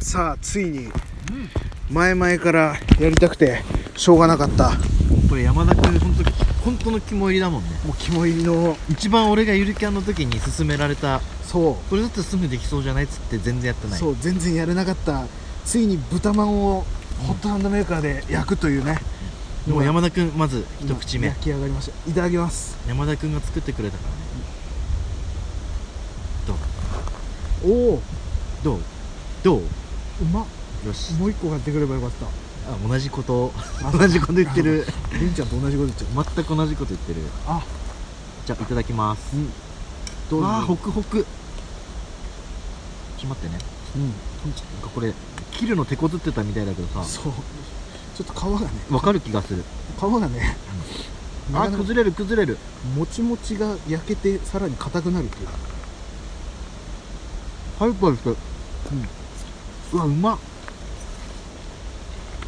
さあついに前々からやりたくてしょうがなかったこれ山田君本当本当の肝入りだもんねもう肝入りの一番俺がゆるキャンの時に勧められたそこれだったらすぐできそうじゃないっつって全然やってうないそう全然やれなかったついに豚まんをホットハンドメーカーで焼くというねもう山田君まず一今口目焼き上がりましたいただきます山田君が作ってくれたからねおおどうどううまっよしもう一個買ってくればよかったあ同じことをあ同じこと言ってるりんちゃんと同じこと言っちゃう全く同じこと言ってるあじゃあいただきますうんどうぞあホクホクちょっと待ってねうんなんかこれ切るの手こずってたみたいだけどさそうちょっと皮がね分かる気がする皮がねなあかなか崩れる崩れるもちもちが焼けてさらに硬くなるっていうかパリパリしてるうわうまっ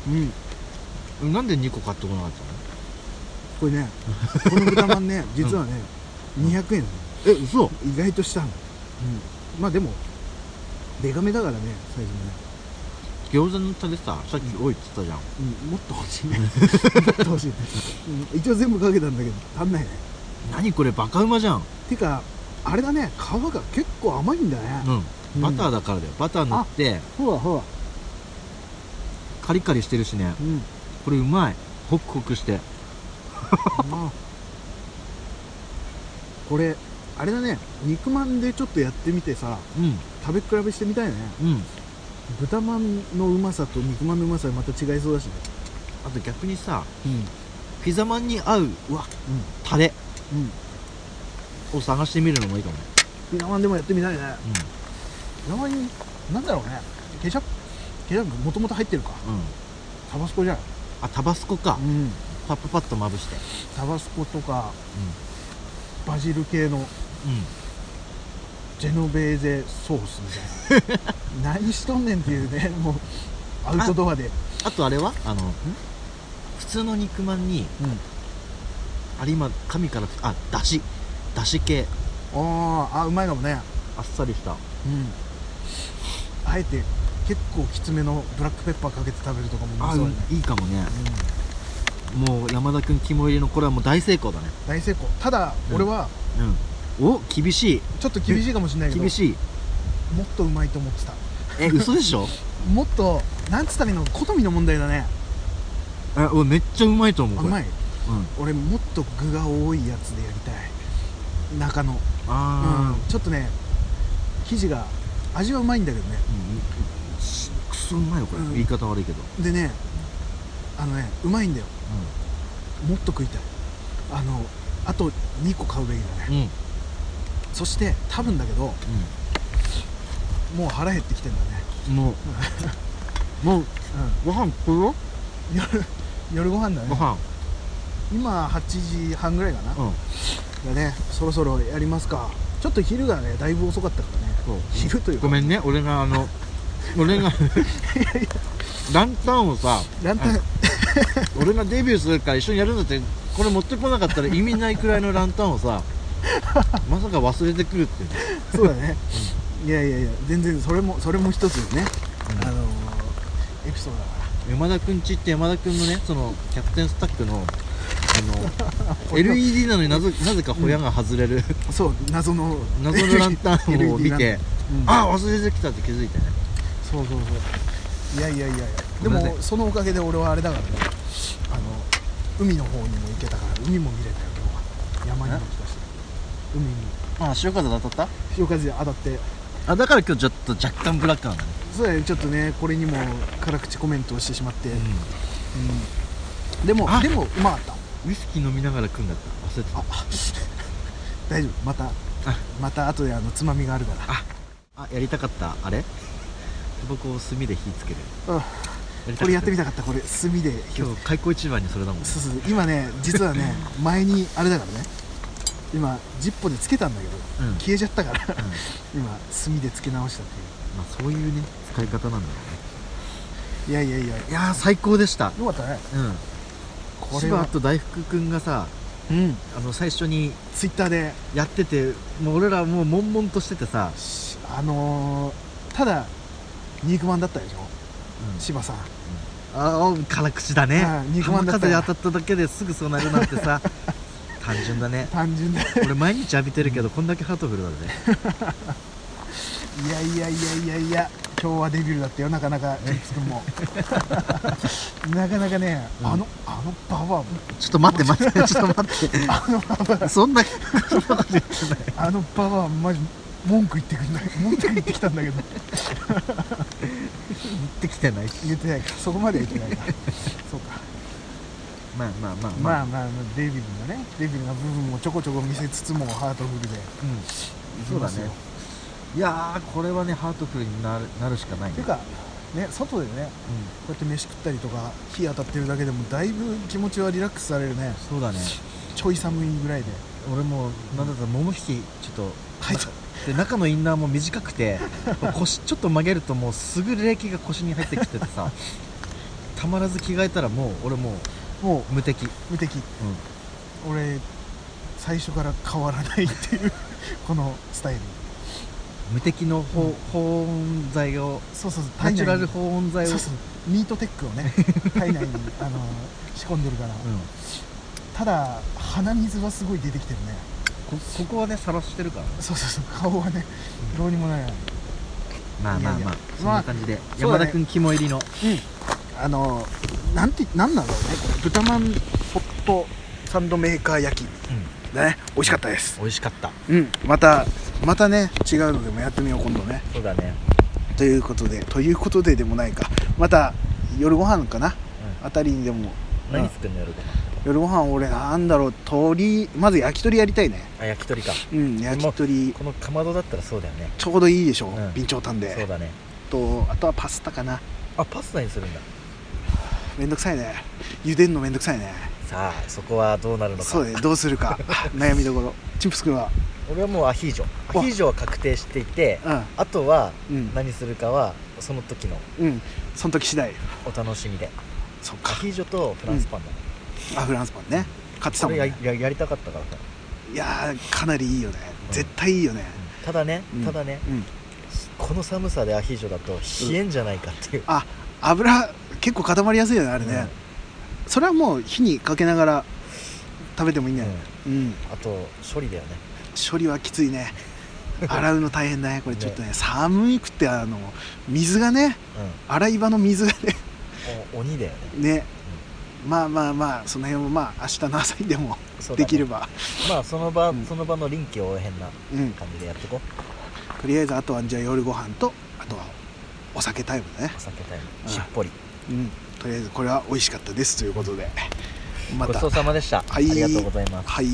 うん、うん、なんで2個買ってこなかったこれねこの豚まん ね実はね、200円なののえ嘘意外としたの、うん、まあでもデカめだからねサイズもね、餃子のタレささっき多いっつったじゃんうん、もっと欲しい ねもっと欲しいね、うん、一応全部かけたんだけど足んないね何これバカうまじゃんてかあれだね皮が結構甘いんだね、うんバターだからだよバター塗ってほらほらカリカリしてるしね うんこれうまいホクホクしてあこれあれだね肉まんでちょっとやってみてさうん食べ比べしてみたいねうん豚まんのうまさと肉まんのうまさはまた違いそうだしねあと逆にさうんピザまんに合ううわタレうんうんを探してみるのもいいかもねピザまんでもやってみたいねうんピザまんになんだろうねケチャップケチャップもともと入ってるかうんタバスコじゃないあタバスコかんパッパパッとまぶしてタバスコとかバジル系のうんうんジェノベーゼソースみ たいな何しとんねんっていうねもうアウトドアであとあれはあの普通の肉まんにあれ今神からあだしだし系あーあうまいかもねあっさりしたあえて結構きつめのブラックペッパーかけて食べるとかもうまあそうだね、いいかもねうもう山田君肝入りのこれはもう大成功だねん、大成功ただうん俺はうんお厳しいちょっと厳しいかもしれないけど厳しいもっとうまいと思ってたえ嘘でしょもっとなんつったらいいの好みの問題だねえ俺めっちゃうまいと思うあこうれまいうん俺もっと具が多いやつでやりたい中の、うんあちょっとね生地が味はうまいんだけどねーうんしくそうまいよこれうん言い方悪いけどでねあのねうまいんだよもっと食いたいあのあと2個買うべきだねうんうんそして多分だけどもう腹減ってきてんだねうんもうもうご飯食うようん夜夜ご飯だねご飯今8時半ぐらいかな、うんだねそろそろやりますかちょっと昼がねだいぶ遅かったからねそう昼というかごめんね俺があの俺がランタンをさランタンあ俺がデビューするから一緒にやるんだってこれ持ってこなかったら意味ないくらいのランタンをさまさか忘れてくるっていうねそうだね、いやいやいや全然それもそれも一つね、うんあのーエピソードだから山田くんちって山田くんのねそのキャプテンスタック のあの LED なのになぜなぜかホヤが外れる、そう謎の 謎のランタンを見 LED ランてタンうんあ忘れてきたって気づいてねそうそうそういやいやいやいやでごめんなもさいそのおかげで俺はあれだからねあの海の方にも行けたから海も見れたよ今日は山にも来たし海にあ潮風当たった潮風で当たってあだから今日ちょっと若干ブラックなんだね、そうだねちょっとねこれにも辛口コメントをしてしまって、うんでもあでもうまかったウイスキー飲みながら食うんだった忘れてたあ大丈夫またあまた後であのつまみがあるからあやりたかったあれタバコを炭で火つけるうんやりたかこれやってみたたかったこれ炭で火を今日開口一番にそれだもんそうそう今ね実はね前にあれだからね今ジッポでつけたんだけど、うん消えちゃったから、うん今炭でつけ直したっていまあそういうね使い方なんだろうねういやいやいやいやー最高でしたよかったねうんこれ柴はと大福くんがさうんあの最初にツイッターでやっててもう俺らもう悶々としててさしあのーただ肉まんだったでしょ柴さんああ辛口だねはい肉ま浜んだった風に当たっただけですぐそうなるなんて さ単純だね単純で俺毎日浴びてるけどこんだけハートフルだねいやいやいやいやいや今日はデビルだったよなかなかチップス君もなかなかね、あのあのパワーもちょっと待って待って ちょっと待ってそんなあのパワーマジ文句言ってくんない文句言ってきたんだけど言ってきてないし言ってないかそこまでは言ってないかそうかまあまあまあままあ、あまあまあデビルのねデビルな部分もちょこちょこ見せつつもハートフルでうん、きそうまだすよねいやーこれはねハートフルになるなるしかないねていうかね外でねうこうやって飯食ったりとか火当たってるだけでもだいぶ気持ちはリラックスされるねん、そうだねちょい寒いぐらいで俺もなんだったら桃引きちょっとはいちょで中のインナーも短くて腰ちょっと曲げるともうすぐ冷気が腰に入ってきててさたまらず着替えたらもう俺ももう無敵、うん、う無敵俺最初から変わらないっていうこのスタイル無敵の保,、保温剤をそうそうそうナチュラルに保温剤をそうそうミートテックをね体内にあの仕込んでるから、うん、ただ鼻水はすごい出てきてるねこここはねさらしてるからねそうそうそう顔はねどうにもならないまあまあいやいまあやそんな感じで、そうだ山ね田君肝入りのあのなんてなんなんだろうねこれ豚まんホットサンドメーカー焼き、だね美味しかったです美味しかったうんまたまたね違うのでもやってみよう今度ねそうだねということでということででもないかまた夜ご飯かな、あたりにでも、う何ん作るの夜ご飯夜ご飯俺なんだろう鳥まず焼き鳥やりたいねあ焼き鳥かうん焼き鳥このかまどだったらそうだよねちょうどいいでしょ、ん備長炭そうでだねとあとはパスタかなあパスタにするんだめんどくさいね茹でるのめんどくさいねさあそこはどうなるのかそうねどうするか 悩みどころチンプス君は俺はもうアヒージョアヒージョは確定していてうんあとはうん何するかはその時のうんその時次第お楽しみでそっアかヒージョとフランスパンだね、あフランスパンね買ってたこもん、れやね、ややりたかったからさいやーかなりいいよね絶対いいよね、ただね、うんただねうん、この寒さでアヒージョだと冷えんじゃないかっていう、あ油結構固まりやすいよねあれね、うんそれはもう火にかけながら食べてもいいんだよねうん、あと処理だよね処理はきつい ね洗うの大変だねこれちょっとね寒くてあの水がね洗い場の水がね うんお鬼だよねねまあまあまあその辺もまあ明日の朝にでもそうだねできればまあその場、んその場の臨機応変なうん感じでやってことりあえずあとはじゃあ夜ご飯とあとはお酒タイムだねうお酒タイうんムしっぽり、うんとりあえずこれは美味しかったですということでまごちたそうさまでした、はいありがとうございますはい